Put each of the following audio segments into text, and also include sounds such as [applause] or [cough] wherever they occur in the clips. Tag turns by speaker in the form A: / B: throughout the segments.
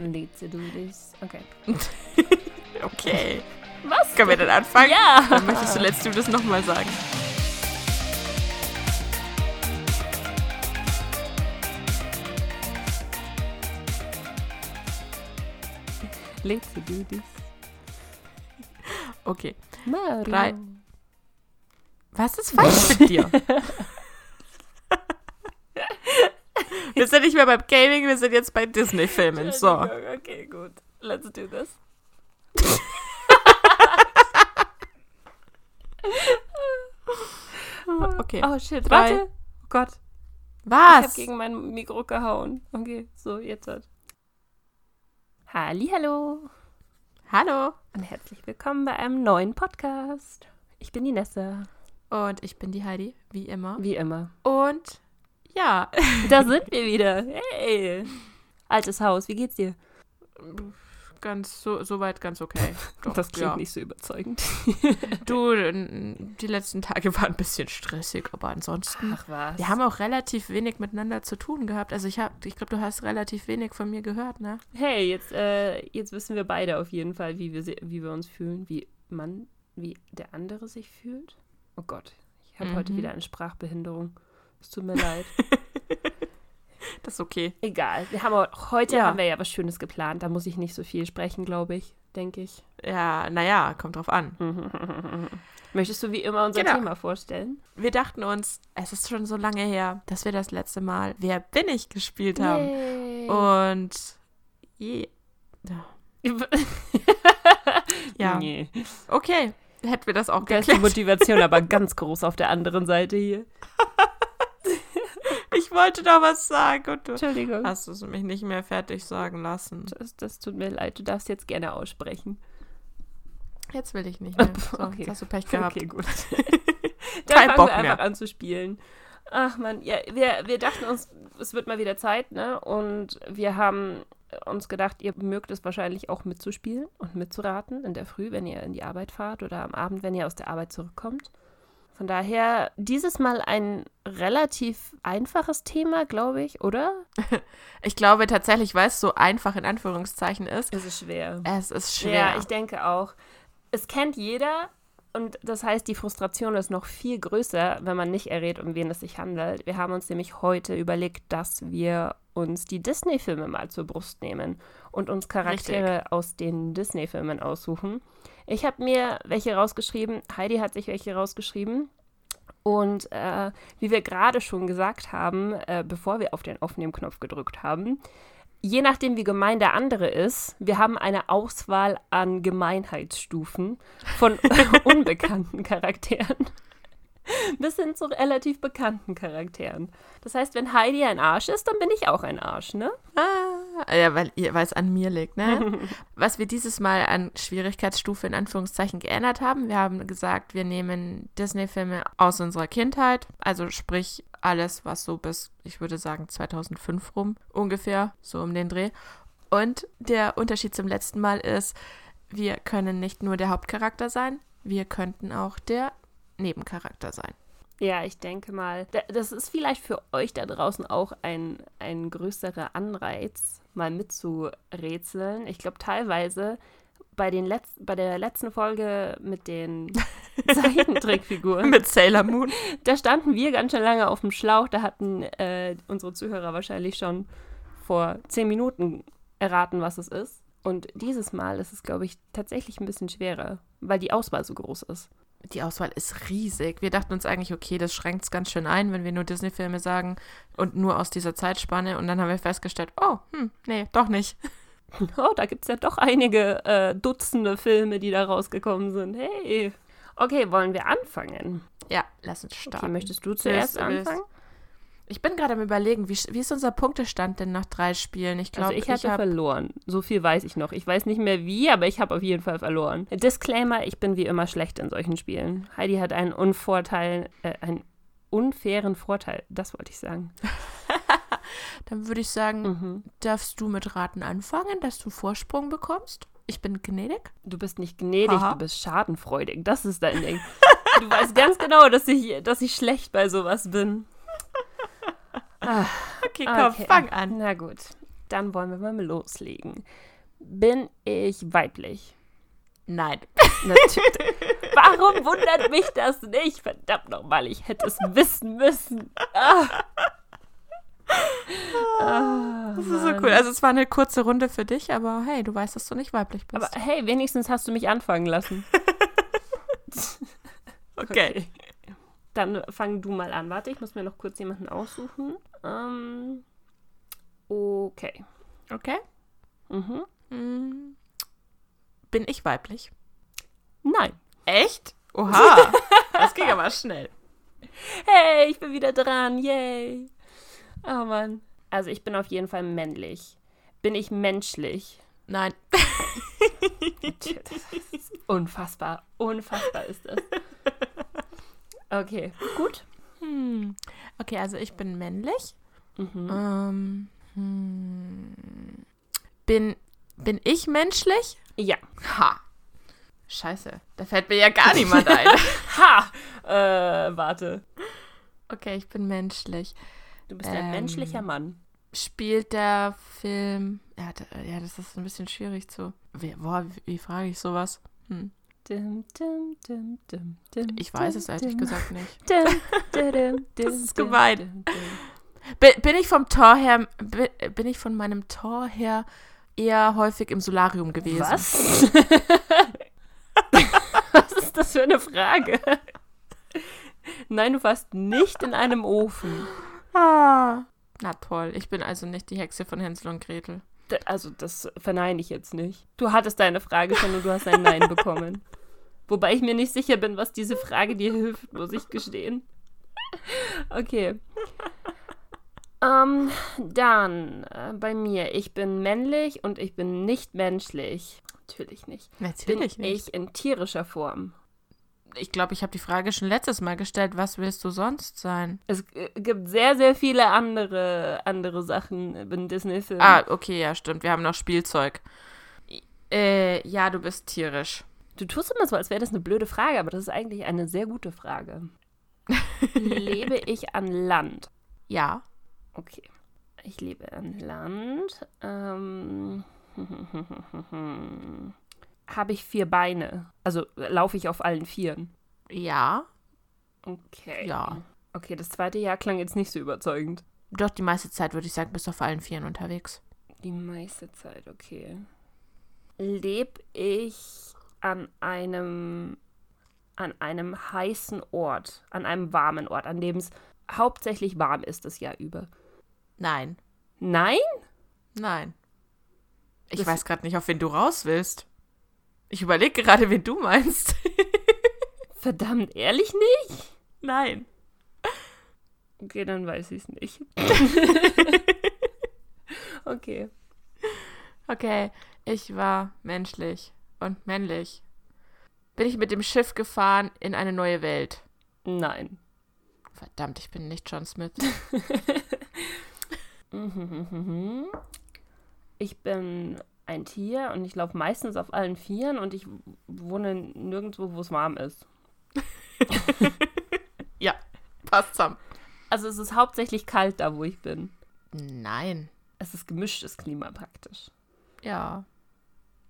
A: need to do this. Okay.
B: Okay.
A: Was?
B: Können wir denn anfangen?
A: Ja.
B: Dann möchtest du letztens das nochmal sagen.
A: Let's do this.
B: Okay.
A: Mario.
B: Drei. Was ist falsch mit dir? [laughs] wir sind nicht mehr beim Gaming, wir sind jetzt bei Disney-Filmen. So.
A: [laughs] Okay, gut. Let's do this.
B: Okay.
A: Oh shit,
B: Drei.
A: warte. Oh Gott. Ich
B: Was?
A: habe gegen mein Mikro gehauen. Okay, so, jetzt hat. Hallo
B: Hallo.
A: und herzlich willkommen bei einem neuen Podcast. Ich bin die Nessa,
B: Und ich bin die Heidi, wie immer.
A: wie immer.
B: Und ja, [laughs]
A: Da sind wir wieder. Hey. Altes Haus, wie geht's dir?
B: ganz so soweit ganz okay. Doch, ja.
A: nicht so überzeugend.
B: Du, n- die letzten Tage waren ein bisschen stressig, aber ansonsten.
A: [laughs] Ach was.
B: Wir haben auch relativ wenig miteinander zu tun gehabt. Also ich habe, ich glaube, du hast relativ wenig von mir gehört, ne?
A: hey, jetzt, äh, jetzt wissen wir beide auf jeden Fall, wie wir, se- wie wir uns fühlen, wie man, wie der andere sich fühlt. Oh Gott, ich habe
B: Mhm.
A: heute wieder eine Sprachbehinderung. Es tut mir leid.
B: Das ist okay.
A: [laughs] Egal. Wir haben auch, heute
B: Ja.
A: haben wir ja was Schönes geplant. Da muss ich nicht so viel sprechen, glaube ich, denke ich.
B: Ja, naja, kommt drauf an.
A: [laughs] Möchtest du wie immer unser
B: Genau.
A: Thema vorstellen?
B: Wir dachten uns, es ist schon so lange her, dass wir das letzte Mal Wer bin ich gespielt haben.
A: Yay.
B: Und je,
A: Oh. [laughs]
B: ja,
A: Nee.
B: okay, hätten wir das auch
A: Da ist die
B: geklärt.
A: Motivation aber ganz groß auf der anderen Seite hier.
B: [laughs] Ich wollte doch was sagen und du
A: Entschuldigung.
B: hast es mich nicht mehr fertig sagen lassen.
A: Das, das tut mir leid, du darfst jetzt gerne aussprechen.
B: Jetzt will ich [laughs] nicht mehr. So,
A: Okay.
B: Jetzt hast du Pech gehabt.
A: Okay, gut. [laughs] Dann
B: Kein
A: fangen
B: Bock
A: wir einfach
B: mehr.
A: an zu spielen. Ach man, ja, wir, wir dachten uns, es wird mal wieder Zeit, ne? Und wir haben uns gedacht, ihr mögt es wahrscheinlich auch mitzuspielen und mitzuraten in der Früh, wenn ihr in die Arbeit fahrt oder am Abend, wenn ihr aus der Arbeit zurückkommt. Von daher dieses Mal ein relativ einfaches Thema, glaube ich, oder?
B: Ich glaube tatsächlich, weil es so einfach in Anführungszeichen ist,
A: Es ist schwer.
B: es ist schwer.
A: Ja, ich denke auch. Es kennt jeder und das heißt, die Frustration ist noch viel größer, wenn man nicht errät, um wen es sich handelt. Wir haben uns nämlich heute überlegt, dass wir uns die Disney-Filme mal zur Brust nehmen und uns Charaktere aus den Disney-Filmen aussuchen. Ich habe mir welche rausgeschrieben, Heidi hat sich welche rausgeschrieben. Und äh, wie wir gerade schon gesagt haben, äh, bevor wir auf den Aufnehmknopf gedrückt haben, je nachdem, wie gemein der andere ist, wir haben eine Auswahl an Gemeinheitsstufen von [laughs] unbekannten Charakteren bis hin zu relativ bekannten Charakteren. Das heißt, wenn Heidi ein Arsch ist, dann bin ich auch ein Arsch, ne?
B: Ah, ja, weil ihr- weil es an mir liegt, ne? Was wir dieses Mal an Schwierigkeitsstufe in Anführungszeichen geändert haben, wir haben gesagt, wir nehmen Disney-Filme aus unserer Kindheit, also sprich alles, was so bis, ich würde sagen, 2005 rum ungefähr, so um den Dreh. Und der Unterschied zum letzten Mal ist, wir können nicht nur der Hauptcharakter sein, wir könnten auch der Nebencharakter sein.
A: Ja, ich denke mal, da- das ist vielleicht für euch da draußen auch ein, ein größerer Anreiz, mal mitzurätseln. Ich glaube, teilweise bei, den Letz bei der letzten Folge mit [laughs] den Zeichentrickfiguren
B: Mit Sailor Moon.
A: da standen wir ganz schön lange auf dem Schlauch. Da hatten äh, unsere Zuhörer wahrscheinlich schon vor zehn Minuten erraten, was es ist. Und dieses Mal ist es, glaube ich, tatsächlich ein bisschen schwerer, weil die Auswahl so groß ist.
B: die Auswahl ist riesig. Wir dachten uns eigentlich, okay, das schränkt es ganz schön ein, wenn wir nur Disney-Filme sagen und nur aus dieser Zeitspanne. Und dann haben wir festgestellt, oh, hm, nee, doch nicht. [laughs]
A: Oh, da gibt es ja doch einige äh, Dutzende Filme, die da rausgekommen sind. Hey. Okay, wollen wir anfangen?
B: Ja, lass uns
A: Okay,
B: starten.
A: möchtest du zuerst
B: Willst- willst-
A: anfangen?
B: Ich bin gerade am überlegen, wie, sch- wie ist unser Punktestand denn nach drei Spielen? Ich glaube,
A: also ich hatte
B: habe
A: verloren. So viel weiß ich noch. Ich weiß nicht mehr wie, aber ich habe auf jeden Fall verloren. Disclaimer, ich bin wie immer schlecht in solchen Spielen. Heidi hat einen Unvorteil, äh, einen unfairen Vorteil, das wollte ich sagen.
B: dann würde ich sagen,
A: Mhm.
B: darfst du mit Raten anfangen, dass du Vorsprung bekommst? Ich bin gnädig.
A: Du bist nicht gnädig,
B: Aha.
A: du bist schadenfreudig. Das ist dein Ding. du weißt ganz genau, dass ich, dass ich schlecht bei sowas bin.
B: Okay,
A: Ah, Okay.
B: fang an.
A: Na gut. Dann wollen wir mal loslegen. Bin ich weiblich?
B: Nein.
A: Natürlich. Warum wundert mich das nicht? Verdammt nochmal, ich hätte es wissen müssen. Ah. Ah,
B: [laughs] Das ist so
A: Mann.
B: cool. Also es war eine kurze Runde für dich, aber hey, du weißt, dass du nicht weiblich bist.
A: Aber hey, wenigstens hast du mich anfangen lassen. [laughs]
B: okay.
A: Dann fang du mal an. Warte, ich muss mir noch kurz jemanden aussuchen. Ähm, okay.
B: Okay.
A: Mhm.
B: Mm. Bin ich weiblich?
A: Nein.
B: Echt? [laughs] Oha. das ging aber schnell.
A: Hey, ich bin wieder dran. Yay. Oh Mann. Also ich bin auf jeden Fall männlich. Bin ich [laughs] menschlich?
B: Nein.
A: Shit. Unfassbar. Unfassbar ist [laughs] das. Okay. Gut.
B: Hm. Okay, also ich bin männlich.
A: Mhm.
B: Ähm, hm. Bin, bin ich menschlich?
A: Ja.
B: Ha. Scheiße, da fällt mir ja gar niemand [laughs] ein.
A: Ha! Äh, warte.
B: Okay, ich bin menschlich.
A: Du bist ein
B: Ähm.
A: menschlicher Mann.
B: Spielt der Film. Ja, da, ja das ist ein bisschen schwierig zu. Wie, boah, wie, wie frage ich sowas? Hm.
A: Dim, dim, dim, dim, dim,
B: Ich weiß
A: dim,
B: es ehrlich
A: dim.
B: gesagt nicht.
A: Dim, dim, dim,
B: [laughs] Das ist
A: dim,
B: gemein.
A: dim, dim.
B: Bin, bin ich vom Tor her. Bin, bin ich von meinem Tor her eher häufig im Solarium gewesen? [laughs]
A: Was? [laughs] Was ist das für eine Frage? Nein, du warst nicht in einem Ofen.
B: Ah. Na toll, ich bin also nicht die Hexe von Hänsel und Gretel.
A: D- Also, das verneine ich jetzt nicht. Du hattest deine Frage schon und du hast ein Nein
B: [laughs]
A: bekommen. Wobei ich mir nicht sicher bin, was diese Frage dir hilft, muss ich gestehen. Okay. Ähm, dann äh, bei mir. Ich bin männlich und ich bin nicht menschlich. Natürlich nicht.
B: Natürlich
A: bin ich in tierischer Form?
B: Ich glaube, ich habe die Frage schon letztes Mal gestellt, was willst du sonst sein?
A: Es äh, gibt sehr, sehr viele andere, andere Sachen in Disney-Filmen.
B: Ah, okay, ja, stimmt. Wir haben noch Spielzeug. Äh, ja, du bist tierisch.
A: Du tust immer so, als wäre das eine blöde Frage, aber das ist eigentlich eine sehr gute Frage. lebe ich an Land?
B: [laughs] Ja.
A: Okay. Ich lebe an Land. Ähm. [laughs] Habe ich vier Beine? Also äh, laufe ich auf allen Vieren?
B: Ja.
A: Okay.
B: Ja.
A: Okay, das zweite Jahr klang jetzt nicht so überzeugend.
B: Doch die meiste Zeit würde ich sagen, bist du auf allen Vieren unterwegs.
A: Die meiste Zeit, okay. Lebe ich an einem, an einem heißen Ort, an einem warmen Ort, an dem es hauptsächlich warm ist das Jahr über.
B: Nein.
A: Nein?
B: Nein. Ich
A: Das-
B: weiß gerade nicht, auf wen du raus willst. Ich überlege gerade, wen du meinst. [laughs]
A: Verdammt, ehrlich nicht?
B: Nein.
A: Okay, dann weiß ich es [laughs] nicht. okay.
B: Okay, ich war menschlich und männlich. Bin ich mit dem Schiff gefahren in eine neue Welt.
A: Nein. [laughs]
B: Verdammt, ich bin nicht John Smith.
A: Ich bin ein Tier und ich laufe meistens auf allen Vieren und ich wohne nirgendwo, wo es warm ist.
B: ja, [laughs] passt zusammen.
A: Also es ist hauptsächlich kalt da, wo ich bin.
B: Nein.
A: Es ist gemischtes Klima praktisch.
B: Ja.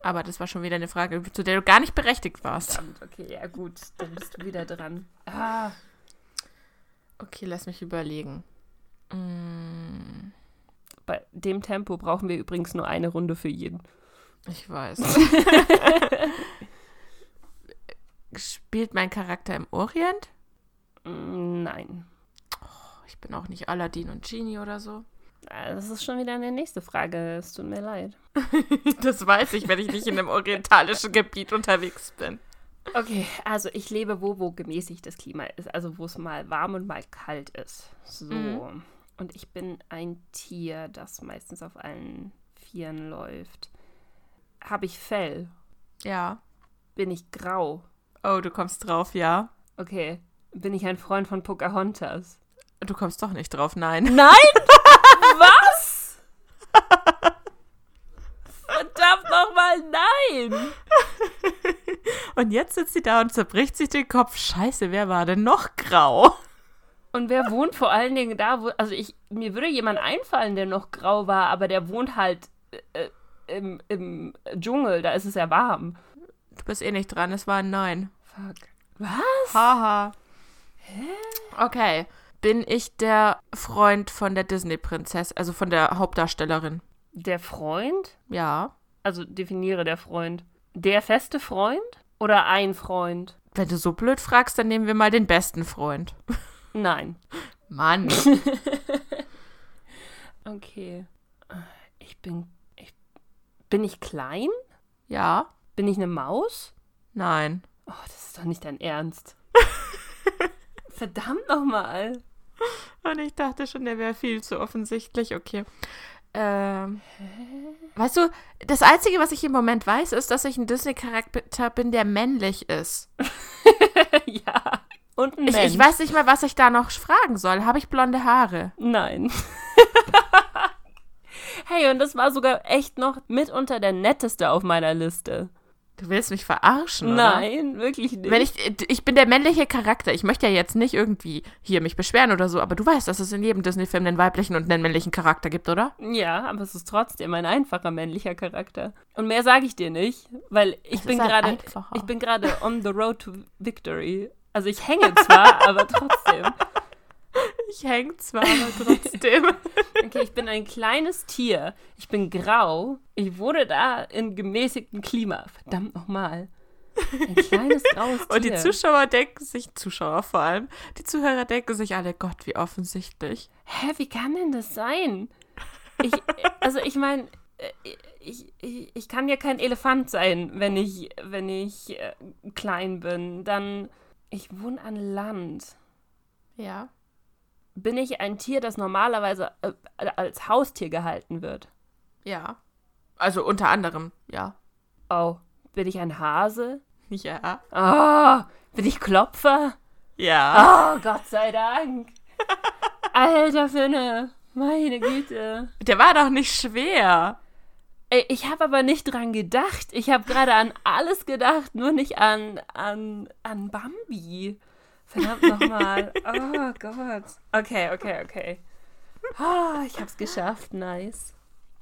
B: Aber das war schon wieder eine Frage, zu der du gar nicht berechtigt warst.
A: Verdammt, okay, ja gut, dann bist du wieder dran. Ah,
B: Okay, lass mich überlegen. Mm,
A: bei dem Tempo brauchen wir übrigens nur eine Runde für jeden.
B: ich [laughs] weiß. Spielt mein Charakter im Orient?
A: Mm, Nein.
B: Ich bin auch nicht Aladdin und Genie oder so. [laughs]
A: Ah, Das ist schon wieder eine nächste Frage. Es tut mir leid.
B: Das weiß ich, wenn ich nicht in einem orientalischen Gebiet unterwegs bin.
A: Okay, also ich lebe wo, wo gemäßigt das Klima ist. Also wo es mal warm und mal kalt ist. So.
B: Mhm.
A: Und ich bin ein Tier, das meistens auf allen Vieren läuft. Habe ich Fell?
B: Ja.
A: Bin ich grau?
B: Oh, du kommst drauf, ja.
A: Okay. Bin ich ein Freund von Pocahontas?
B: Du kommst doch nicht drauf, nein.
A: Nein!
B: [laughs]
A: Was? Verdammt nochmal, nein!
B: Und jetzt sitzt sie da und zerbricht sich den Kopf. Scheiße, wer war denn noch grau?
A: Und wer wohnt vor allen Dingen da, wo. Also ich, mir würde jemand einfallen, der noch grau war, aber der wohnt halt äh, im, im Dschungel, da ist es ja warm.
B: Du bist eh nicht dran, es war ein Nein.
A: Fuck. Was?
B: Haha. Okay. Bin ich der Freund von der Disney-Prinzessin, also von der Hauptdarstellerin?
A: Der Freund?
B: Ja.
A: Also definiere der Freund. Der feste Freund oder ein Freund?
B: Wenn du so blöd fragst, dann nehmen wir mal den besten Freund.
A: Nein.
B: Mann.
A: Okay. Ich bin. Ich, bin ich klein?
B: Ja.
A: Bin ich eine Maus?
B: Nein.
A: Oh, das ist doch nicht dein [laughs] Ernst. Verdammt nochmal.
B: Und ich dachte schon, der wäre viel zu offensichtlich. Okay. Ähm, weißt du, das Einzige, was ich im Moment weiß, ist, dass ich ein Disney-Charakter bin, der männlich ist.
A: [laughs] ja. Und ein
B: Ich,
A: Mensch.
B: ich weiß nicht mal, was ich da noch fragen soll. Habe ich blonde Haare? [laughs]
A: Nein. hey, und das war sogar echt noch mitunter der netteste auf meiner Liste.
B: Du willst mich verarschen, oder?
A: Nein, wirklich nicht.
B: Wenn ich, ich bin der männliche Charakter. Ich möchte ja jetzt nicht irgendwie hier mich beschweren oder so, aber du weißt, dass es in jedem Disney-Film einen weiblichen und einen männlichen Charakter gibt, oder?
A: ja, aber es ist trotzdem ein einfacher männlicher Charakter. Und mehr sage ich dir nicht, weil ich
B: Es
A: bin
B: ist halt
A: gerade
B: einfacher.
A: ich bin gerade on the road to victory. Also ich hänge
B: [laughs]
A: zwar, aber trotzdem.
B: Ich häng zwar, aber trotzdem. [laughs]
A: Okay, ich bin ein kleines Tier. Ich bin grau. Ich wurde da in gemäßigtem Klima. Verdammt nochmal. Ein kleines graues Tier.
B: [laughs] Und die Zuschauer denken sich, Zuschauer vor allem, die Zuhörer denken sich alle, Gott, wie offensichtlich.
A: Hä, wie kann denn das sein? Ich, also ich meine, ich, ich, ich kann ja kein Elefant sein, wenn ich, wenn ich äh, klein bin. Dann, ich wohne an Land.
B: Ja.
A: Bin ich ein Tier, das normalerweise äh, als Haustier gehalten wird?
B: Ja. Also unter anderem, ja. [laughs]
A: Oh, bin ich ein Hase?
B: Ja.
A: Oh, bin ich Klopfer?
B: Ja.
A: Oh, Gott sei Dank. Alter Finne, meine Güte.
B: Der war doch nicht schwer.
A: Ey, ich habe aber nicht dran gedacht. Ich habe gerade an alles gedacht, nur nicht an, an, an Bambi. Verdammt [laughs] nochmal. Oh Gott. Okay, okay, okay. Ah, ich hab's geschafft. Nice.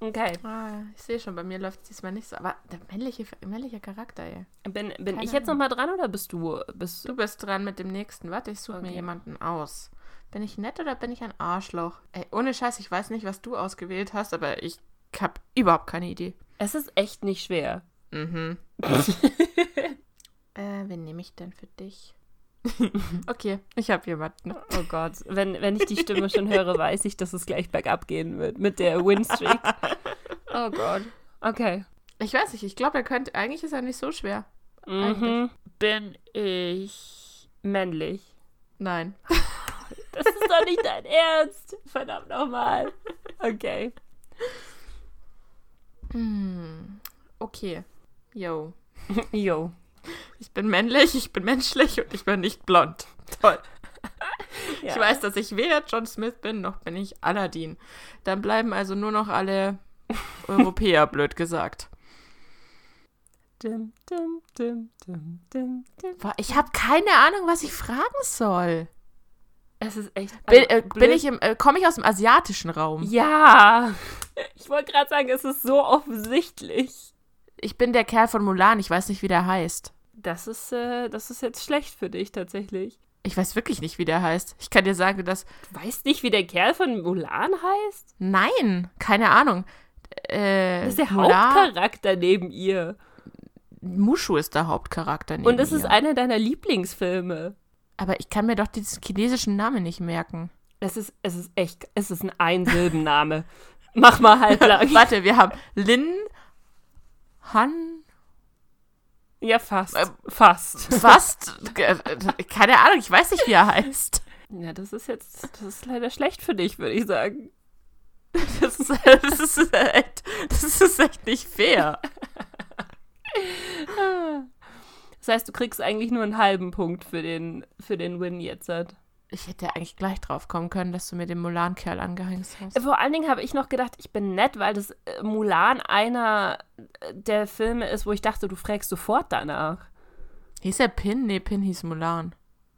A: Okay.
B: Ah, ich sehe schon, bei mir läuft es diesmal nicht so. Aber der männliche, männliche Charakter, ey.
A: Bin, bin
B: Keine
A: ich jetzt nochmal dran oder bist du? Bist,
B: Du bist dran mit dem nächsten. Warte, ich suche mir
A: Okay.
B: jemanden aus. Bin ich nett oder bin ich ein Arschloch? Ey, ohne Scheiß, ich weiß nicht, was du ausgewählt hast, aber ich hab überhaupt keine Idee.
A: es ist echt nicht schwer.
B: [laughs] Mhm. äh, wen nehme ich denn für dich? [laughs] okay, ich habe jemanden.
A: Oh Gott. Wenn, wenn ich die Stimme schon höre, weiß ich, dass es gleich bergab gehen wird mit der Winstreak. Oh Gott. Okay.
B: Ich weiß nicht, ich glaube, er könnte. Eigentlich ist er nicht so schwer.
A: Mhm. Bin ich männlich?
B: Nein.
A: Das ist doch nicht dein Ernst. Verdammt nochmal. Okay.
B: Hm. Okay. Yo.
A: Jo.
B: Ich bin männlich, ich bin menschlich und ich bin nicht blond. [laughs] Toll.
A: Ja.
B: Ich weiß, dass ich weder John Smith bin, noch bin ich Aladdin. Dann bleiben also nur noch alle [laughs] Europäer, blöd gesagt.
A: Dim, dim, dim, dim, dim, dim.
B: Boah, Ich habe keine Ahnung, was ich fragen soll.
A: Es ist echt.
B: Bin,
A: also,
B: äh, bin
A: blöd-
B: ich im, äh, komme ich aus dem asiatischen Raum?
A: Ja. Ich wollte gerade sagen, es ist so offensichtlich.
B: Ich bin der Kerl von Mulan, ich weiß nicht, wie der heißt.
A: Das ist, äh, das ist jetzt schlecht für dich tatsächlich.
B: Ich weiß wirklich nicht, wie der heißt. Ich kann dir sagen, dass.
A: Du weißt nicht, wie der Kerl von Mulan heißt?
B: Nein, keine Ahnung. Äh,
A: Das ist der
B: Mulan-
A: Hauptcharakter neben ihr.
B: Mushu ist der Hauptcharakter. Neben
A: Und es
B: ihr.
A: ist einer deiner Lieblingsfilme.
B: Aber ich kann mir doch diesen chinesischen Namen nicht merken.
A: Es ist, es ist echt, es ist ein [laughs] Einsilbenname. Mach mal halblang.
B: Warte, wir haben Lin Han.
A: Ja, fast.
B: Ähm,
A: Äh, fast.
B: Fast. äh, Keine Ahnung, ich weiß nicht, wie er heißt.
A: Ja, das ist jetzt, das ist leider schlecht für dich, würde ich sagen.
B: [laughs] Das ist, das ist, echt, das ist echt nicht
A: [laughs]
B: fair.
A: Das heißt, du kriegst eigentlich nur einen halben Punkt für den, für den Win jetzt. Halt.
B: Ich hätte ja eigentlich gleich drauf kommen können, dass du mir den Mulan-Kerl angehängt hast.
A: Vor allen Dingen habe ich noch gedacht, ich bin nett, weil das äh, Mulan einer äh, der Filme ist, wo ich dachte, du fragst sofort danach.
B: Hieß er Pin? Nee, Pin hieß Mulan.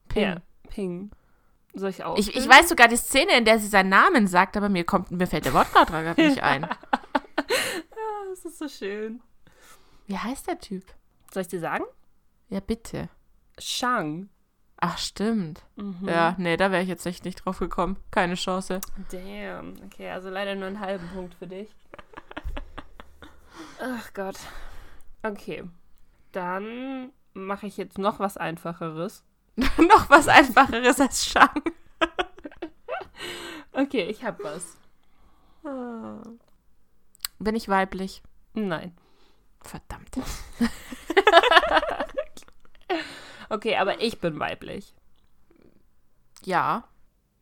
B: Pin.
A: Ping. Soll ich auch?
B: Ich, ich weiß sogar die Szene, in der sie seinen Namen sagt, aber mir kommt, mir fällt der Wortlaut nicht ein.
A: Das ist so schön.
B: Wie heißt der Typ?
A: Soll ich dir sagen?
B: Ja, bitte.
A: Shang.
B: Ach, stimmt.
A: Mhm.
B: Ja, nee, da wäre ich jetzt echt nicht drauf gekommen. Keine Chance. [laughs]
A: Damn. Okay, also leider nur einen halben Punkt für dich. Ach Gott. Okay. Dann mache ich jetzt noch was Einfacheres.
B: Noch was Einfacheres als Shang.
A: Okay, ich hab was.
B: Bin ich weiblich?
A: Nein.
B: Verdammt.
A: Okay, aber ich bin weiblich.
B: Ja.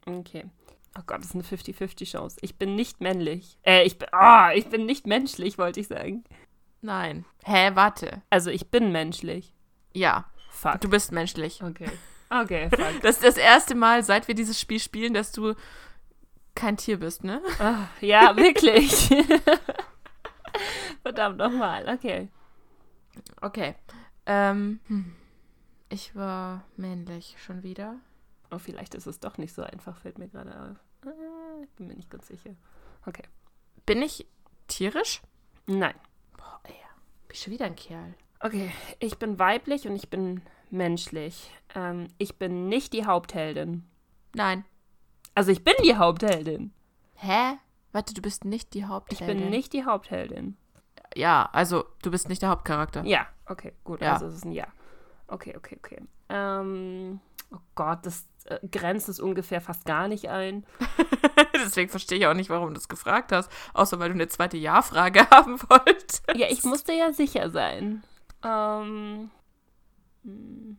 A: Okay. Oh Gott, das ist eine 50-50-Chance. Ich bin nicht männlich. Äh, ich bin. Ah, ich bin nicht menschlich, wollte ich sagen.
B: Nein. Hä, warte.
A: Also ich bin menschlich.
B: Ja.
A: Fuck.
B: Du bist menschlich.
A: okay. Okay,
B: [laughs]
A: fuck.
B: Das ist das erste Mal, seit wir dieses Spiel spielen, dass du kein Tier bist, ne?
A: Ah, ja, wirklich. [laughs] Verdammt nochmal. Okay.
B: Okay. Ähm, hm. ich war männlich schon wieder.
A: Oh, vielleicht ist es doch nicht so einfach, fällt mir gerade auf. Ah, Ich bin mir nicht ganz sicher. Okay.
B: Bin ich tierisch?
A: Nein.
B: Boah, ey. Bin schon wieder ein Kerl.
A: Okay, ich bin weiblich und ich bin menschlich. Ähm, ich bin nicht die Hauptheldin.
B: Nein.
A: Also ich bin die Hauptheldin.
B: Hä? Warte, du bist nicht die
A: Ich
B: Hauptheldin.
A: bin nicht die Hauptheldin.
B: Ja, also du bist nicht der Hauptcharakter.
A: Ja, okay, gut.
B: Ja.
A: Also es ist ein Ja. Okay, okay, okay. Ähm, oh Gott, das äh, grenzt es ungefähr fast gar nicht ein.
B: [laughs] Deswegen verstehe ich auch nicht, warum du es gefragt hast. Außer weil du eine zweite Ja-Frage [laughs] haben wolltest.
A: Ja, ich musste ja sicher sein. Ähm. hm.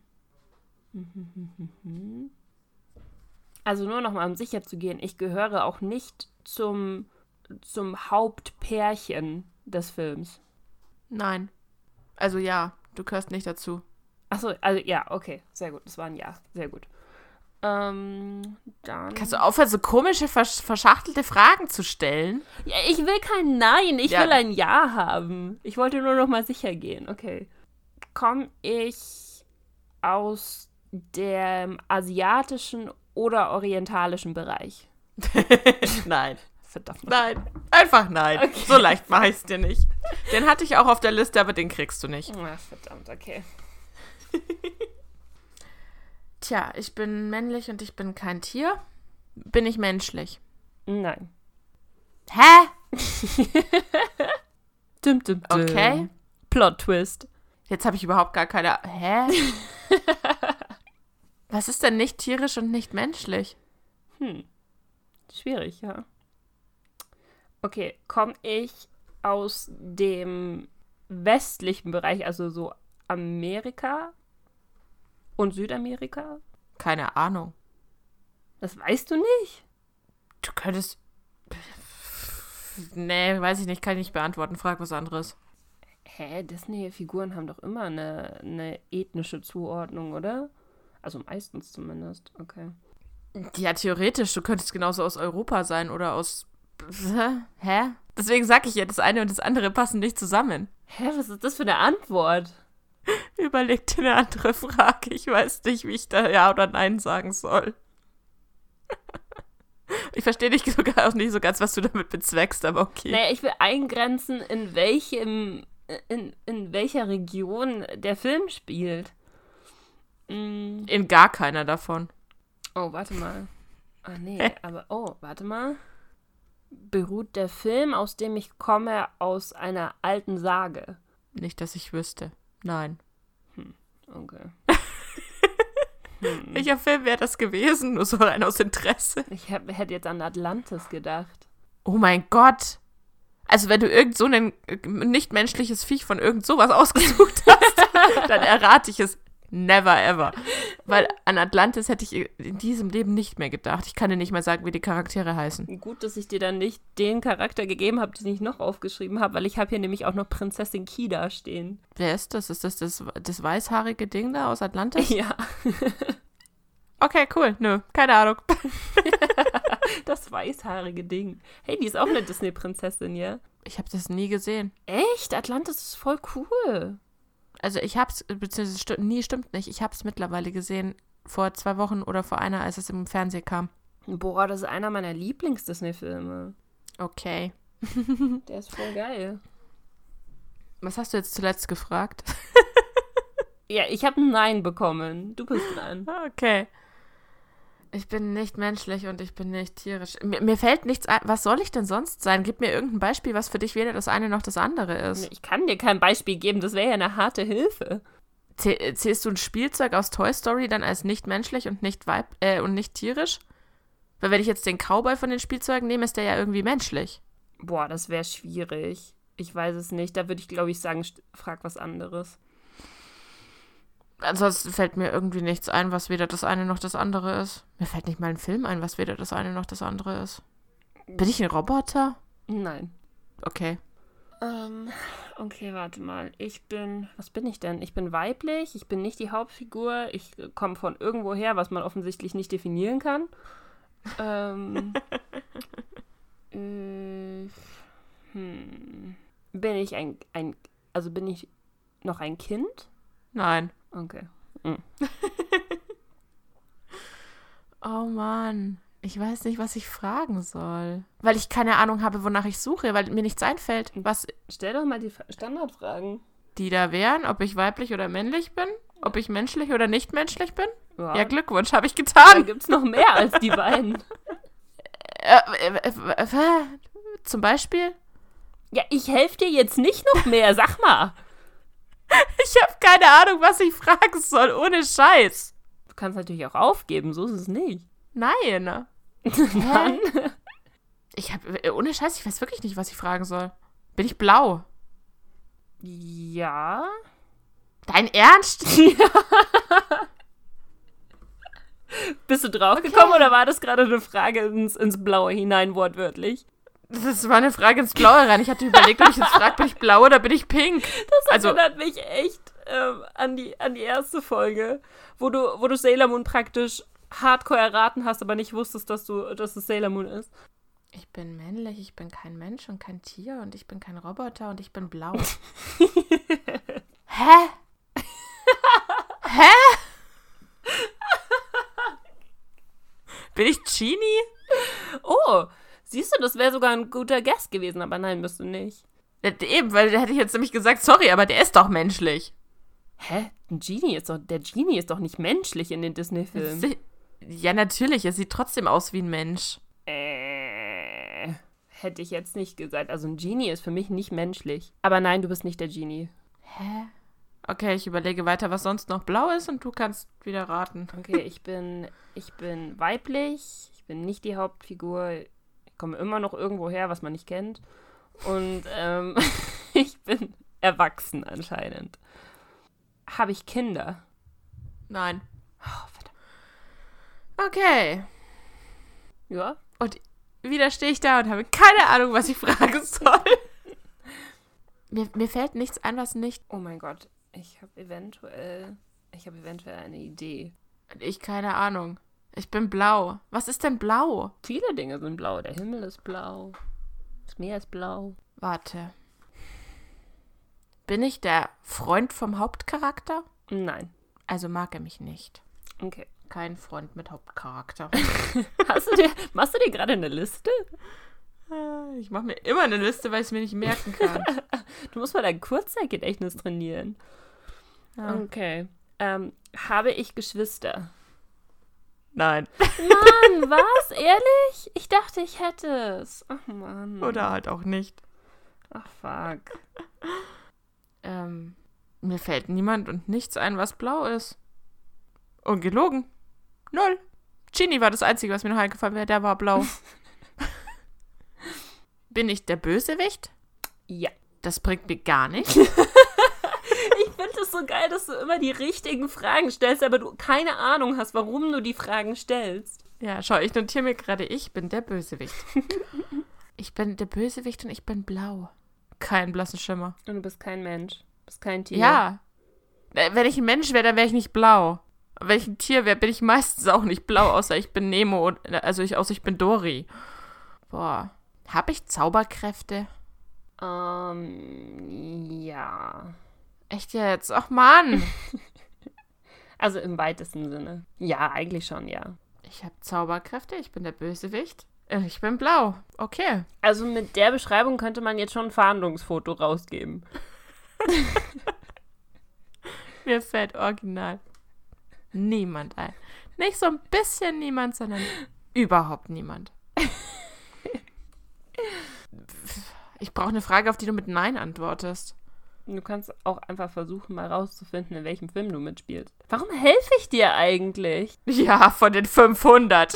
A: Also nur nochmal, um sicher zu gehen, ich gehöre auch nicht zum, zum Hauptpärchen des Films.
B: Nein. Also ja, du gehörst nicht dazu.
A: Achso, also ja, okay, sehr gut. Das war ein Ja, sehr gut. Ähm, dann.
B: Kannst du aufhören, so komische, versch verschachtelte Fragen zu stellen? [laughs]
A: Ja, ich will kein Nein, ich
B: Ja.
A: will ein Ja haben. Ich wollte nur noch mal sicher gehen. Okay. Komme ich aus dem asiatischen oder orientalischen Bereich?
B: nein.
A: Verdammt.
B: Nein. Einfach nein.
A: Okay.
B: So leicht mache ich es dir nicht. Den hatte ich auch auf der Liste, aber den kriegst du nicht.
A: Ah, verdammt, okay.
B: Tja, ich bin männlich und ich bin kein Tier. Bin ich menschlich?
A: Nein.
B: Hä?
A: Dim, dim, dim.
B: Okay.
A: Plot Twist.
B: Jetzt habe ich überhaupt gar keine. [laughs] Hä? Was ist denn nicht tierisch und nicht menschlich?
A: Schwierig, ja. Okay, komme ich aus dem westlichen Bereich, also so Amerika und Südamerika?
B: Keine Ahnung.
A: Das weißt du nicht?
B: Du könntest. Nee, weiß ich nicht, kann ich nicht beantworten. Frag was anderes.
A: Hä, Disney-Figuren haben doch immer eine, eine ethnische Zuordnung, oder? Also meistens zumindest, okay.
B: Ja, theoretisch, du könntest genauso aus Europa sein oder aus. Hä? Deswegen sag ich ja, das eine und das andere passen nicht zusammen.
A: Hä, was ist das für eine Antwort?
B: Überleg dir eine andere Frage. Ich weiß nicht, wie ich da Ja oder Nein sagen soll. [laughs] Ich verstehe dich sogar auch nicht so ganz, was du damit bezweckst, aber okay.
A: Naja, ich will eingrenzen, in welchem, in, in welcher Region der Film spielt. Mm.
B: In gar keiner davon.
A: Oh, warte mal. Ah, nee, aber, oh, warte mal. Beruht der Film, aus dem ich komme, aus einer alten Sage?
B: Nicht, dass ich wüsste. Nein.
A: Okay.
B: Welcher Film wäre das gewesen? Nur so rein aus Interesse.
A: Ich hab, hätte jetzt an Atlantis gedacht.
B: Oh mein Gott. Also wenn du irgend so ein äh, nichtmenschliches Viech von irgend sowas [laughs] ausgesucht hast, dann errate ich es never ever. Weil an Atlantis hätte ich in diesem Leben nicht mehr gedacht. Ich kann dir nicht mal sagen, wie die Charaktere heißen.
A: Gut, dass ich dir dann nicht den Charakter gegeben habe, den ich noch aufgeschrieben habe, weil ich habe hier nämlich auch noch Prinzessin Kida stehen.
B: Wer ist das? Ist das das, das weißhaarige Ding da aus Atlantis?
A: Ja,
B: Okay, cool. Nö, keine Ahnung.
A: das weißhaarige Ding. Hey, die ist auch eine Disney-Prinzessin, ja?
B: Ich habe das nie gesehen.
A: Echt? Atlantis ist voll cool.
B: Also ich hab's, beziehungsweise sti nie stimmt nicht, ich hab's mittlerweile gesehen, vor zwei Wochen oder vor einer, als es im Fernsehen kam.
A: Boah, das ist einer meiner Lieblings-Disney-Filme.
B: Okay.
A: Der ist voll geil.
B: Was hast du jetzt zuletzt gefragt?
A: Ja, ich habe ein Nein bekommen. Du bist dran.
B: Ah, Okay. Ich bin nicht menschlich und ich bin nicht tierisch. Mir, mir fällt nichts ein. Was soll ich denn sonst sein? Gib mir irgendein Beispiel, was für dich weder das eine noch das andere ist.
A: Ich kann dir kein Beispiel geben, das wäre ja eine harte Hilfe.
B: Zäh- äh, Zählst du ein Spielzeug aus Toy Story dann als nicht menschlich und nicht weib äh, und nicht tierisch? Weil wenn ich jetzt den Cowboy von den Spielzeugen nehme, ist der ja irgendwie menschlich.
A: Boah, das wäre schwierig. Ich weiß es nicht. Da würde ich, glaube ich, sagen, st- frag was anderes.
B: Ansonsten fällt mir irgendwie nichts ein, was weder das eine noch das andere ist. Mir fällt nicht mal ein Film ein, was weder das eine noch das andere ist. Bin ich ein Roboter?
A: Nein.
B: Okay.
A: Ähm, okay, warte mal. Ich bin. Was bin ich denn? Ich bin weiblich, ich bin nicht die Hauptfigur, ich komme von irgendwo her, was man offensichtlich nicht definieren kann. [laughs] Ähm. äh, hm. Bin ich ein, ein. Also bin ich noch ein Kind?
B: Nein.
A: Okay.
B: Oh Mann, ich weiß nicht, was ich fragen soll. Weil ich keine Ahnung habe, wonach ich suche, weil mir nichts einfällt, was
A: Stell doch mal die Fra- Standardfragen.
B: die da wären, ob ich weiblich oder männlich bin, ob ich menschlich oder nicht menschlich bin. Ja, Glückwunsch, habe ich
A: da
B: getan.
A: gibt's noch mehr als die beiden.
B: Äh, äh, äh, äh, zum Beispiel,
A: [laughs]
B: [laughs]
A: Ja, ich helfe dir jetzt nicht noch mehr, sag mal.
B: ich habe keine Ahnung, was ich fragen soll, ohne Scheiß.
A: Du kannst natürlich auch aufgeben, so ist es nicht.
B: Nein.
A: Dann
B: Ich habe äh, ohne Scheiß, ich weiß wirklich nicht, was ich fragen soll. Bin ich blau?
A: Ja.
B: Dein Ernst?
A: Bist du draufgekommen oder war das gerade eine Frage ins, ins Blaue hinein, wortwörtlich?
B: Das war eine Frage ins Blaue rein. Ich hatte überlegt, ob ich jetzt frage, bin ich blau oder bin ich pink?
A: Das
B: Also-
A: erinnert mich echt ähm, an, die, an die erste Folge, wo du, wo du Sailor Moon praktisch hardcore erraten hast, aber nicht wusstest, dass, du, dass es Sailor Moon ist.
B: Ich bin männlich, ich bin kein Mensch und kein Tier und ich bin kein Roboter und ich bin blau. Hä? Hä? Bin ich Genie?
A: Oh, siehst du, das wäre sogar ein guter Guess gewesen, aber nein, bist du nicht.
B: Ja, Eben, weil da hätte ich jetzt nämlich gesagt, sorry, aber der ist doch menschlich.
A: Hä? Ein Genie ist doch, der Genie ist doch nicht menschlich in den Disney-Filmen.
B: Si- Ja, natürlich, er sieht trotzdem aus wie ein Mensch.
A: Äh, hätte ich jetzt nicht gesagt. Also ein Genie ist für mich nicht menschlich. Aber nein, du bist nicht der Genie.
B: Hä? Okay, ich überlege weiter, was sonst noch blau ist und du kannst wieder raten.
A: Okay, ich bin, ich bin weiblich, ich bin nicht die Hauptfigur, ich komme immer noch irgendwo her, was man nicht kennt. Und ähm, [laughs] ich bin erwachsen anscheinend. Habe ich Kinder?
B: Nein.
A: Oh, verdammt.
B: Okay.
A: Ja.
B: Und wieder stehe ich da und habe keine Ahnung, was ich fragen soll. mir, mir fällt nichts ein, was nicht.
A: Oh mein Gott, ich habe eventuell, ich habe eventuell eine Idee.
B: Ich keine Ahnung. Ich bin blau. Was ist denn blau?
A: Viele Dinge sind blau. Der Himmel ist blau. Das Meer ist blau.
B: Warte. Bin ich der Freund vom Hauptcharakter?
A: Nein.
B: Also mag er mich nicht.
A: Okay. [laughs]
B: Kein Freund mit Hauptcharakter.
A: Hast du dir, machst du dir gerade eine Liste?
B: Äh, ich mache mir immer eine Liste, weil ich es mir nicht merken kann.
A: Du musst mal dein Kurzzeitgedächtnis trainieren.
B: [laughs] Ja.
A: Ah. Okay. Ähm, habe ich Geschwister?
B: Nein.
A: Mann, was? Ehrlich? Ich dachte, ich hätte es. Ach Mann.
B: Oder halt auch nicht.
A: Ach fuck.
B: Ähm, mir fällt niemand und nichts ein, was blau ist. Ungelogen. Null. Genie war das Einzige, was mir noch eingefallen wäre. Der war blau. Bin ich der Bösewicht?
A: Ja.
B: Das bringt mir gar nichts.
A: Ich finde es so geil, dass du immer die richtigen Fragen stellst, aber du keine Ahnung hast, warum du die Fragen stellst.
B: Ja, schau, ich notiere mir gerade, ich bin der Bösewicht. Ich bin der Bösewicht und ich bin blau. Kein blassen Schimmer.
A: Und du bist kein Mensch. Du bist kein Tier.
B: Ja. Äh, Wenn ich ein Mensch wäre, dann wäre ich nicht blau. Und Wenn ich ein Tier wäre, bin ich meistens auch nicht blau, außer ich bin Nemo und also ich, außer ich bin Dory. Boah. Habe ich Zauberkräfte?
A: Ähm, ja.
B: Echt jetzt? Ach Mann.
A: Also im weitesten Sinne. Ja, eigentlich schon, ja.
B: Ich habe Zauberkräfte, ich bin der Bösewicht. Äh, Ich bin blau. Okay.
A: Also mit der Beschreibung könnte man jetzt schon ein Fahndungsfoto rausgeben.
B: Mir fällt original niemand ein. Nicht so ein bisschen niemand, sondern überhaupt niemand. Ich brauche eine Frage, auf die du mit Nein antwortest.
A: Du kannst auch einfach versuchen, mal rauszufinden, in welchem Film du mitspielst. Warum helfe ich dir eigentlich?
B: Ja, von den 500.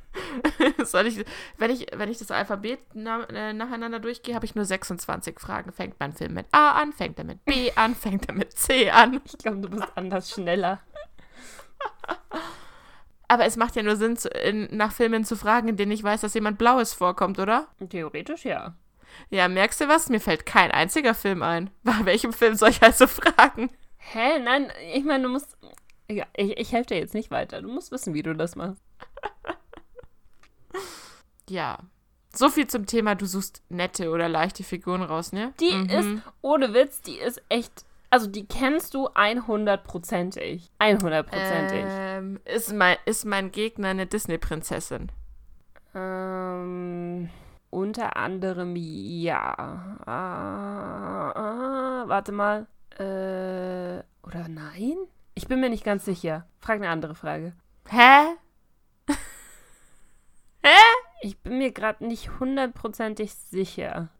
B: [laughs] Soll ich, wenn, ich, wenn ich das Alphabet na, äh, nacheinander durchgehe, habe ich nur 26 Fragen. Fängt mein Film mit A an, fängt er mit B an, fängt er mit C an.
A: Ich glaube, du bist anders schneller.
B: Aber es macht ja nur Sinn, zu, in, nach Filmen zu fragen, in denen ich weiß, dass jemand Blaues vorkommt, oder?
A: Theoretisch ja.
B: Ja, merkst du was? Mir fällt kein einziger Film ein. [laughs] Bei welchem Film soll ich also fragen?
A: Hä? Nein, ich meine, du musst. Ja, ich, ich helfe dir jetzt nicht weiter. Du musst wissen, wie du das machst.
B: Ja. So viel zum Thema, du suchst nette oder leichte Figuren raus, ne?
A: Die ist, ohne Witz, die ist echt. Also, die kennst du 100%ig. 100%ig.
B: Ähm, ist, mein, ist mein Gegner eine Disney-Prinzessin?
A: Ähm, unter anderem ja. Ah, ah, warte mal. Äh, oder nein? Ich bin mir nicht ganz sicher. Frag eine andere Frage.
B: Hä? [laughs]
A: Ich bin mir gerade nicht hundertprozentig sicher. [laughs]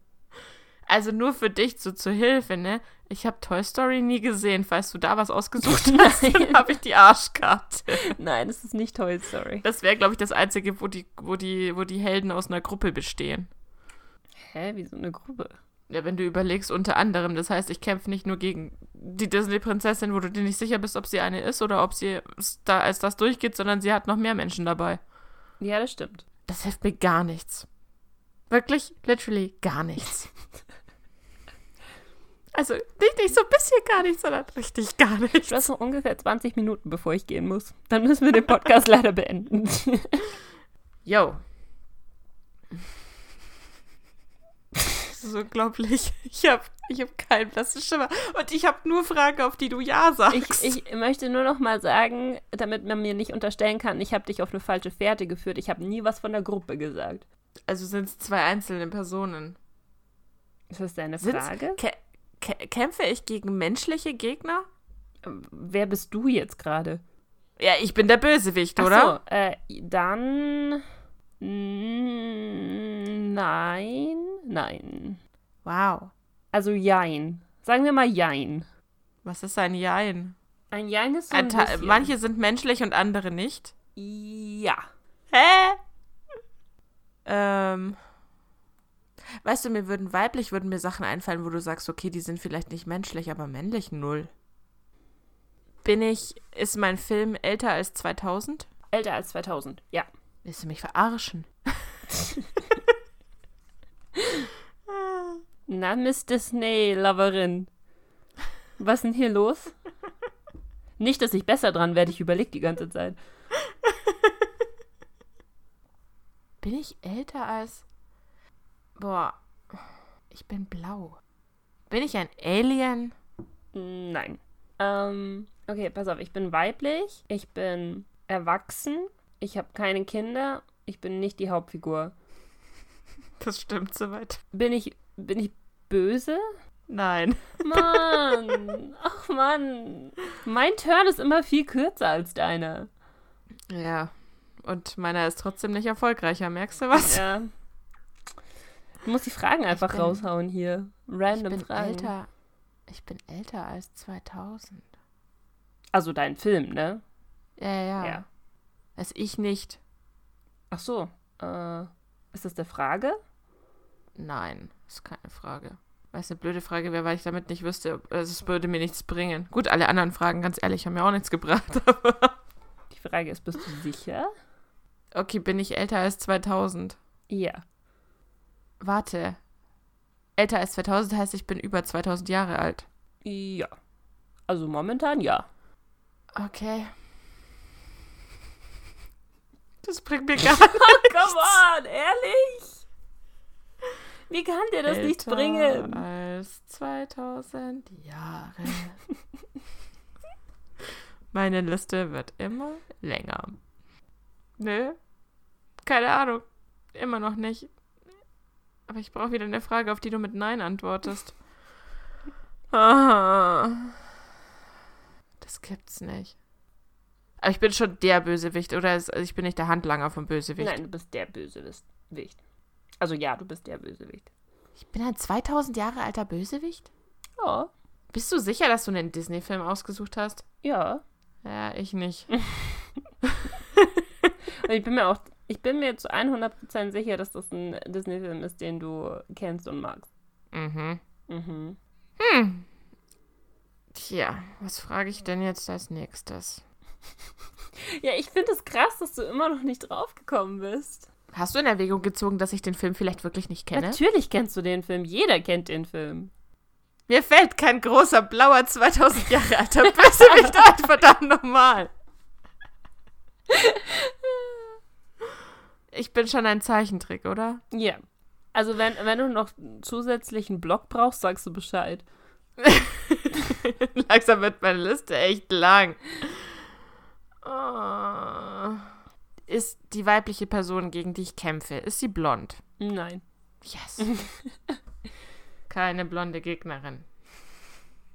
B: Also nur für dich so zur Hilfe, ne? Ich habe Toy Story nie gesehen. Falls du da was ausgesucht hast, dann habe ich die Arschkarte.
A: Nein, es ist nicht Toy Story.
B: Das wäre, glaube ich, das Einzige, wo die, wo, die, wo die Helden aus einer Gruppe bestehen.
A: Hä, wie so eine Gruppe?
B: Ja, wenn du überlegst, unter anderem, das heißt, ich kämpfe nicht nur gegen die Disney-Prinzessin, wo du dir nicht sicher bist, ob sie eine ist oder ob sie da als das durchgeht, sondern sie hat noch mehr Menschen dabei.
A: Ja, das stimmt.
B: Das hilft mir gar nichts. Wirklich, literally gar nichts. [laughs] Also nicht, nicht so ein bisschen gar nichts, sondern richtig gar nichts.
A: Du hast noch ungefähr 20 Minuten, bevor ich gehen muss. Dann müssen wir den Podcast [laughs] leider beenden.
B: Yo. Das ist unglaublich. Ich habe ich hab keinen blassen Schimmer. Und ich habe nur Fragen, auf die du Ja
A: Ich,
B: sagst.
A: ich möchte nur noch mal sagen, damit man mir nicht unterstellen kann, ich habe dich auf eine falsche Fährte geführt. Ich habe nie was von der Gruppe gesagt.
B: also sind es zwei einzelne Personen.
A: Ist das deine
B: Sind's-
A: Frage?
B: Kä- kä- kämpfe ich gegen menschliche Gegner?
A: Wer bist du jetzt gerade?
B: Ja, ich bin der Bösewicht,
A: Ach
B: oder?
A: So, äh, dann. Mm, Nein. Nein.
B: Wow.
A: Also Jein. Sagen wir mal Jein.
B: Was ist ein Jein?
A: Ein Jein ist so ein
B: ein Äh, Ta-
A: bisschen.
B: manche sind menschlich und andere nicht.
A: Ja.
B: Hä? Ähm. Weißt du, mir würden weiblich, würden mir Sachen einfallen, wo du sagst, okay, die sind vielleicht nicht menschlich, aber männlich null. Bin ich, ist mein Film älter als 2000?
A: Älter als 2000. Ja.
B: Willst du mich verarschen?
A: Na, Miss Disney-Loverin. Was ist denn hier los? Nicht, dass ich besser dran werde, ich überlege die ganze Zeit.
B: Bin ich älter als. Boah, ich bin blau. Bin ich ein Alien?
A: Nein. Ähm, okay, pass auf, ich bin weiblich, ich bin erwachsen, ich habe keine Kinder, ich bin nicht die Hauptfigur.
B: Das stimmt soweit.
A: Bin ich, bin ich böse?
B: Nein.
A: Mann, ach Mann. Mein Turn ist immer viel kürzer als deiner.
B: Ja. Und meiner ist trotzdem nicht erfolgreicher, merkst du was?
A: Ja. Du musst die Fragen einfach
B: bin-
A: raushauen hier. Random Fragen.
B: Ich bin älter als 2000.
A: Also dein Film, ne?
B: Ja, ja.
A: Ja.
B: Also ich nicht.
A: Ach so. Äh, ist das der Frage?
B: Nein, ist keine Frage. Weißt du, eine blöde Frage wäre, weil ich damit nicht wüsste, ob- also es würde mir nichts bringen. Gut, alle anderen Fragen, ganz ehrlich, haben mir auch nichts gebracht. [laughs] Aber
A: Die Frage ist, bist du sicher?
B: okay, bin ich älter als 2000?
A: Ja.
B: Warte. Älter als 2000 heißt, ich bin über 2000 Jahre alt.
A: Ja. Also momentan ja.
B: Okay. Das bringt mir gar
A: [laughs]
B: nichts.
A: Come on, ehrlich? Wie kann dir das nicht
B: Älter
A: bringen?
B: Als 2000 Jahre. [laughs] Meine Liste wird immer länger. Nö. Keine Ahnung. Immer noch nicht. Aber ich brauche wieder eine Frage, auf die du mit Nein antwortest. [laughs] Ah. Das gibt's nicht. Aber ich bin schon der Bösewicht, oder? Es- also Ich bin nicht der Handlanger vom Bösewicht.
A: Nein, du bist der Bösewicht. Also ja, du bist der Bösewicht.
B: Ich bin ein 2000 Jahre alter Bösewicht?
A: Ja,
B: Bist du sicher, dass du einen Disney-Film ausgesucht hast?
A: ja.
B: Ja, ich nicht.
A: Und ich bin mir auch, ich bin mir zu 100% sicher, dass das ein Disney-Film ist, den du kennst und magst.
B: mhm.
A: Mhm.
B: Tja, was frage ich denn jetzt als nächstes?
A: Ja, ich finde es krass, dass du immer noch nicht draufgekommen bist.
B: Hast du in Erwägung gezogen, dass ich den Film vielleicht wirklich nicht kenne?
A: Natürlich kennst du den Film. Jeder kennt den Film.
B: Mir fällt kein großer blauer 2000 Jahre alter Bösewicht ein, [laughs] verdammt normal. Ich bin schon ein Zeichentrick, oder?
A: Ja. Also wenn, wenn du noch einen zusätzlichen Block brauchst, sagst du Bescheid.
B: Langsam wird meine Liste echt lang. Oh. Ist die weibliche Person, gegen die ich kämpfe, ist sie blond?
A: Nein.
B: Yes. [laughs] Keine blonde Gegnerin.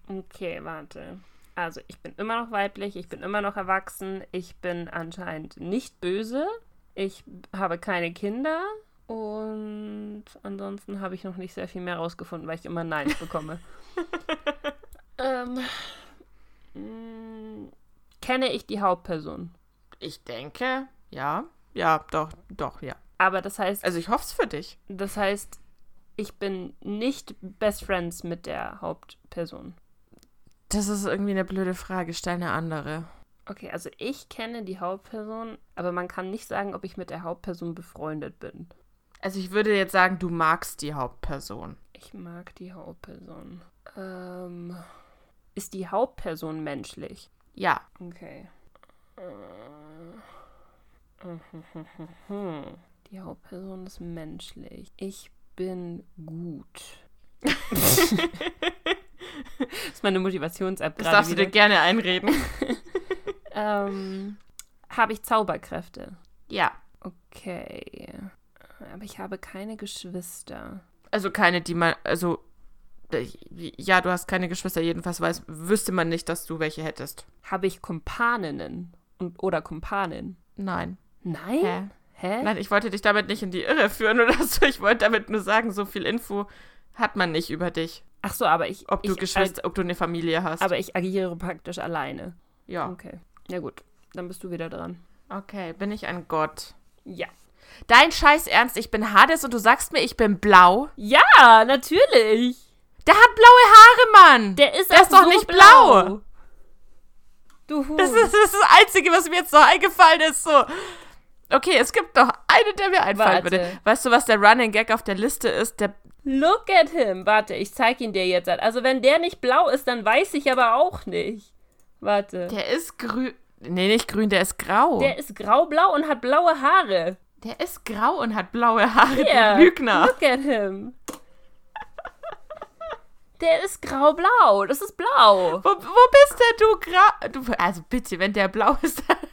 A: Okay, warte. Also ich bin immer noch weiblich, ich bin immer noch erwachsen, ich bin anscheinend nicht böse, ich habe keine Kinder und ansonsten habe ich noch nicht sehr viel mehr rausgefunden, weil ich immer [laughs] Neins bekomme. ähm, mh, kenne ich die Hauptperson?
B: Ich denke, ja. Ja, doch, doch, ja.
A: Aber das heißt,
B: Also ich hoffe es für dich.
A: das heißt, ich bin nicht Best Friends mit der Hauptperson.
B: Das ist irgendwie eine blöde Frage. Stell eine andere.
A: Okay, also ich kenne die Hauptperson, aber man kann nicht sagen, ob ich mit der Hauptperson befreundet bin.
B: Also ich würde jetzt sagen, du magst die Hauptperson.
A: Ich mag die Hauptperson. Ähm, ist die Hauptperson menschlich?
B: Ja.
A: Okay. Äh. [laughs] Die Hauptperson ist menschlich. Ich bin
B: [laughs]
A: gut. [laughs] das ist meine Motivations-App
B: Das
A: gerade
B: darfst
A: wieder.
B: du dir gerne einreden.
A: ähm, Habe ich Zauberkräfte?
B: [laughs] ja.
A: Okay. Aber ich habe keine Geschwister.
B: Also keine, die man, also äh, ja, du hast keine Geschwister, jedenfalls weiß, wüsste man nicht, dass du welche hättest.
A: Habe ich Kumpaninnen und, oder Kumpanin?
B: Nein.
A: Nein?
B: Hä?
A: Hä?
B: Nein, ich wollte dich damit nicht in die Irre führen oder [laughs] so. Ich wollte damit nur sagen, so viel Info hat man nicht über dich,
A: Ach so, aber ich.
B: ob du
A: ich,
B: Geschwister, ob du eine Familie hast.
A: äh, aber ich agiere praktisch alleine.
B: ja.
A: Okay. Ja, gut. Dann bist du wieder dran.
B: Okay, bin ich ein Gott?
A: Ja.
B: Dein Scheiß Ernst, ich bin Hades und du sagst mir, ich bin blau?
A: Ja, natürlich.
B: Der hat blaue Haare, Mann!
A: Der ist,
B: Der ist
A: auch
B: doch
A: so
B: nicht blau.
A: Du Hund.
B: das, ist, das ist das Einzige, was mir jetzt noch eingefallen ist. So. Okay, es gibt noch eine, der mir einfallen
A: Warte.
B: würde. Weißt du, was der Running Gag auf der Liste ist? Der,
A: Look at him. Warte, ich zeig ihn dir jetzt an. Also, wenn der nicht blau ist, dann weiß ich aber auch nicht. Warte.
B: der ist grün. Nee, nicht grün, der ist grau.
A: Der ist grau-blau und hat blaue Haare.
B: Der ist grau und hat blaue Haare,
A: Yeah.
B: du Lügner.
A: Look at him. Der ist grau-blau. Das ist blau.
B: Wo, wo bist denn du grau? Du, also bitte, wenn der blau ist, dann [laughs]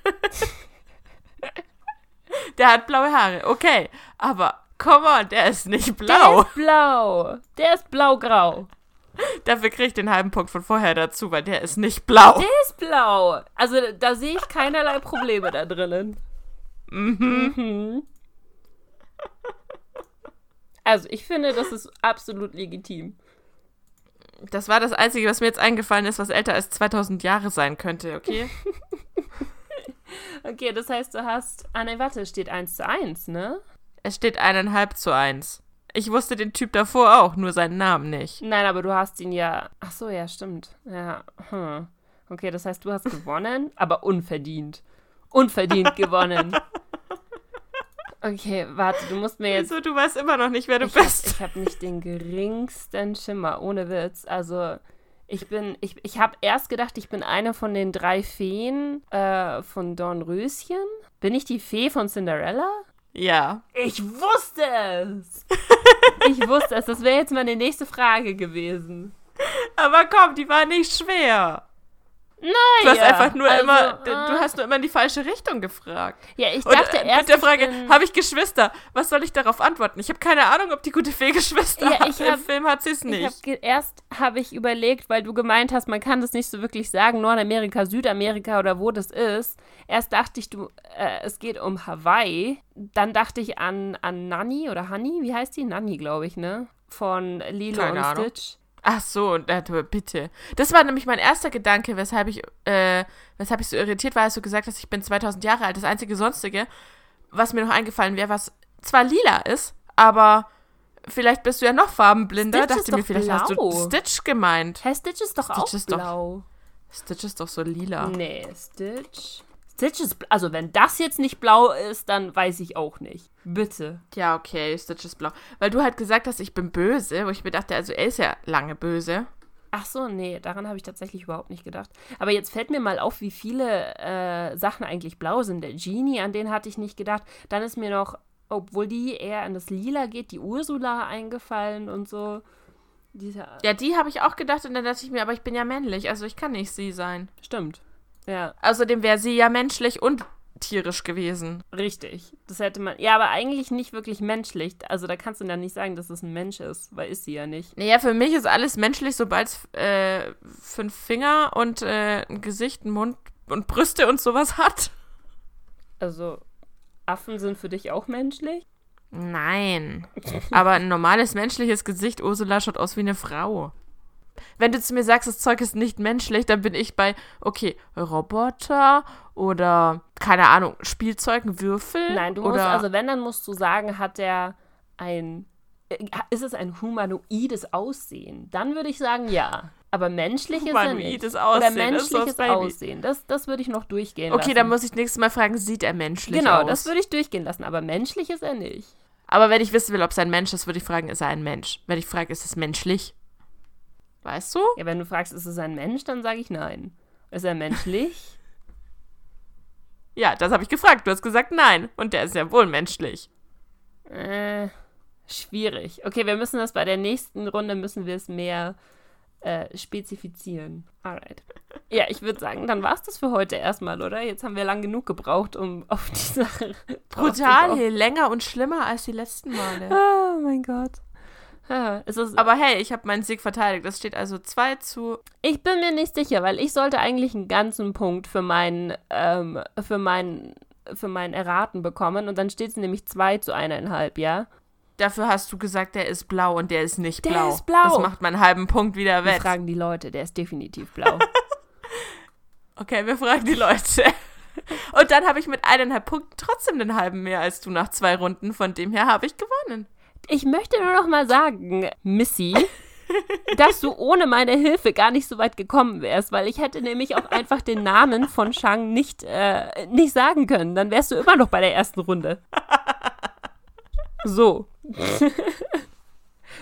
B: Der hat blaue Haare, okay. Aber, come on, der ist nicht
A: Der
B: blau.
A: ist blau. Der ist blau-grau.
B: Dafür krieg ich den halben Punkt von vorher dazu, weil der ist nicht blau.
A: Der ist blau. Also da sehe ich keinerlei Probleme da drinnen. Mhm. Also ich finde, das ist absolut legitim.
B: Das war das Einzige, was mir jetzt eingefallen ist, was älter als 2000 Jahre sein
A: [laughs]
B: könnte, okay?
A: Okay, das heißt, du hast. Ah ne, warte, steht 1 zu 1, ne?
B: es steht eineinhalb zu eins. Ich wusste den Typ davor auch, nur seinen Namen nicht.
A: Nein, aber du hast ihn ja. Ach so, ja, stimmt. Ja. Hm. Okay, das heißt, du hast gewonnen, [laughs] aber unverdient. Unverdient gewonnen. Okay, warte, du musst mir jetzt.
B: Also, du weißt immer noch nicht, wer du
A: Ich
B: bist.
A: habe hab nicht den geringsten Schimmer, ohne Witz. Also ich bin, ich, ich habe erst gedacht, ich bin eine von den drei Feen äh, von Dornröschen. Bin ich die Fee von Cinderella?
B: ja.
A: Ich wusste es! ich wusste es. Das wäre jetzt meine nächste Frage gewesen.
B: Aber komm, die war nicht schwer. Du hast
A: Ja,
B: einfach nur
A: also,
B: immer, du
A: ah.
B: du hast nur immer in die falsche Richtung gefragt.
A: Ja, ich
B: Und
A: dachte
B: äh,
A: erst.
B: mit der Frage,
A: ich bin,
B: habe ich Geschwister? Was soll ich darauf antworten? Ich habe keine Ahnung, ob die gute Fee Geschwister
A: Ja,
B: hat.
A: ich
B: [laughs] Im
A: hab-
B: Film hat sie es
A: Ich hab
B: nicht.
A: ge- erst habe ich überlegt, weil du gemeint hast, man kann das nicht so wirklich sagen, Nordamerika, Südamerika oder wo das ist. Erst dachte ich, du, äh, es geht um Hawaii. Dann dachte ich an, an Nani oder Hani, wie heißt die? Nani, glaube ich, ne? Von Lilo und
B: Keine Ahnung.
A: Stitch.
B: Ach so, und da- du- bitte. Das war nämlich mein erster Gedanke, weshalb ich, äh, weshalb ich so irritiert war, als du gesagt hast, ich bin 2000 Jahre alt. Das einzige Sonstige, was mir noch eingefallen wäre, was zwar lila ist, aber vielleicht bist du ja noch farbenblinder.
A: Stitch ist
B: dachte mir,
A: doch
B: vielleicht hast du
A: blau.
B: Stitch gemeint.
A: Hä, Stitch ist doch auch
B: ist doch- Ah.
A: blau.
B: Stitch ist doch so lila.
A: Nee, Stitch. Stitch ist, bl- also wenn das jetzt nicht blau ist, dann weiß ich auch nicht. Bitte.
B: Ja, okay, Stitch ist blau. Weil du halt gesagt hast, ich bin böse, wo ich mir dachte, also er ist ja lange böse.
A: Ach so, nee, daran habe ich tatsächlich überhaupt nicht gedacht. Aber jetzt fällt mir mal auf, wie viele äh, Sachen eigentlich blau sind. Der Genie, an den hatte ich nicht gedacht. Dann ist mir noch, obwohl die eher in das Lila geht, die Ursula eingefallen und so. Dieser,
B: Ja, die habe ich auch gedacht und dann dachte ich mir, aber ich bin ja männlich, also ich kann nicht sie sein.
A: Stimmt. Ja,
B: Außerdem wäre sie ja menschlich und tierisch gewesen.
A: richtig. Das hätte man. Ja, aber eigentlich nicht wirklich menschlich. Also da kannst du dann nicht sagen, dass es ein Mensch ist, weil ist sie ja nicht.
B: Naja, für mich ist alles menschlich, sobald es äh, fünf Finger und äh, ein Gesicht, einen Mund und Brüste und sowas hat.
A: Also Affen sind für dich auch menschlich?
B: Nein. Aber ein normales menschliches Gesicht, Ursula, schaut aus wie eine Frau. Wenn du zu mir sagst, das Zeug ist nicht menschlich, dann bin ich bei, okay, Roboter oder, keine Ahnung, Spielzeugen, Würfel.
A: Nein, du
B: oder,
A: musst, also wenn, dann musst du sagen, hat er ein, äh, ist es ein humanoides Aussehen? Dann würde ich sagen, ja. Aber menschlich ist er nicht.
B: Humanoides Aussehen,
A: Oder
B: das ist
A: menschliches
B: das Baby.
A: Aussehen. Das, das würde ich noch durchgehen lassen.
B: Okay, dann muss ich nächstes Mal fragen, sieht er menschlich
A: Genau,
B: aus?
A: das würde ich durchgehen lassen. Aber menschlich ist er nicht.
B: Aber wenn ich wissen will, ob es ein Mensch ist, würde ich fragen, ist er ein Mensch? Wenn ich frage, ist es menschlich? Weißt du?
A: Ja, wenn du fragst, ist es ein Mensch, dann sage ich nein. Ist er
B: [laughs]
A: menschlich?
B: Ja, das habe ich gefragt. Du hast gesagt nein. Und der ist ja wohl menschlich.
A: äh, schwierig. Okay, wir müssen das bei der nächsten Runde, müssen wir es mehr äh, spezifizieren. Alright. [laughs] Ja, ich würde sagen, dann war es das für heute erstmal, oder? Jetzt haben wir lang genug gebraucht, um [laughs] auf die Sache
B: Brutal,
A: draufzukommen.
B: hier länger und schlimmer als die letzten Male.
A: Oh mein Gott. Ah, Es ist,
B: Aber hey, ich habe meinen Sieg verteidigt. Das steht also 2 zu.
A: ich bin mir nicht sicher, weil ich sollte eigentlich einen ganzen Punkt für meinen, ähm, für meinen, für mein Erraten bekommen und dann steht es nämlich 2 zu 1,5, ja?
B: Dafür hast du gesagt, der ist blau und der ist nicht
A: Der
B: blau.
A: ist blau.
B: Das macht meinen halben Punkt wieder
A: Wir
B: weg.
A: fragen die Leute, der ist definitiv blau.
B: okay, wir fragen die Leute. [laughs] Und dann habe ich mit eineinhalb Punkten trotzdem den halben mehr als du nach zwei Runden. Von dem her habe ich gewonnen.
A: Ich möchte nur noch mal sagen, Missy, dass du ohne meine Hilfe gar nicht so weit gekommen wärst, weil ich hätte nämlich auch einfach den Namen von Shang nicht, äh, nicht sagen können. Dann wärst du immer noch bei der ersten Runde. So. [laughs]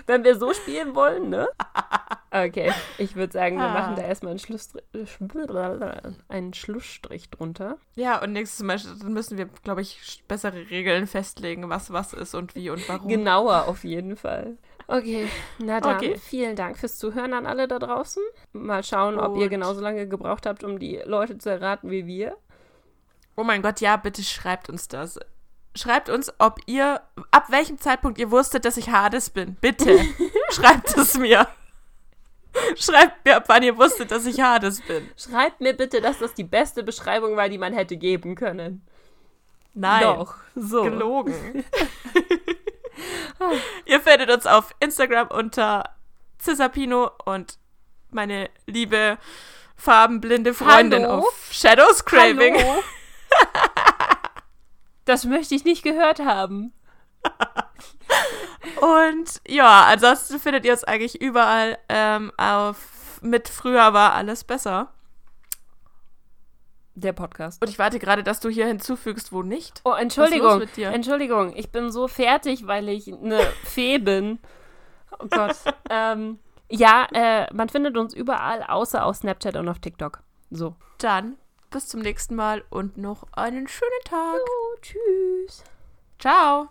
A: Wenn wir so spielen wollen, ne? Okay, ich würde sagen, wir
B: Ah.
A: machen da erstmal einen, Schlussstrich, einen Schlussstrich drunter.
B: Ja, und nächstes Mal sch- müssen wir, glaube ich, sch- bessere Regeln festlegen, was was ist und wie und warum.
A: Genauer auf jeden Fall. Okay, na dann,
B: Okay.
A: vielen Dank fürs Zuhören an alle da draußen. Mal schauen, ob ihr
B: Und-
A: genauso lange gebraucht habt, um die Leute zu erraten wie wir.
B: Oh mein Gott, ja, bitte schreibt uns das. Schreibt uns, ob ihr, ab welchem Zeitpunkt ihr wusstet, dass ich Hades bin.
A: [laughs]
B: Bitte, schreibt es mir. Schreibt mir, ab wann ihr wusstet, dass ich Hades bin.
A: Schreibt mir bitte, dass das die beste Beschreibung war, die man hätte geben können.
B: Nein,
A: Doch, so. [laughs]
B: gelogen. ihr findet uns auf Instagram unter Cisapino und meine liebe farbenblinde Freundin
A: Hallo?
B: auf Shadows Craving.
A: [laughs] Hallo? Das möchte ich nicht gehört haben.
B: Und ja, ansonsten findet ihr uns eigentlich überall ähm, auf mit früher war alles besser.
A: Der Podcast.
B: Und ich warte gerade, dass du hier hinzufügst, wo nicht.
A: Oh, Entschuldigung.
B: Was ist los mit dir?
A: Entschuldigung, ich bin so fertig, weil ich eine Fee bin. Oh Gott. [laughs] ähm, ja, äh, man findet uns überall, außer auf Snapchat und auf TikTok. So.
B: Dann bis zum nächsten Mal und noch einen schönen Tag.
A: tschüss.
B: Ciao.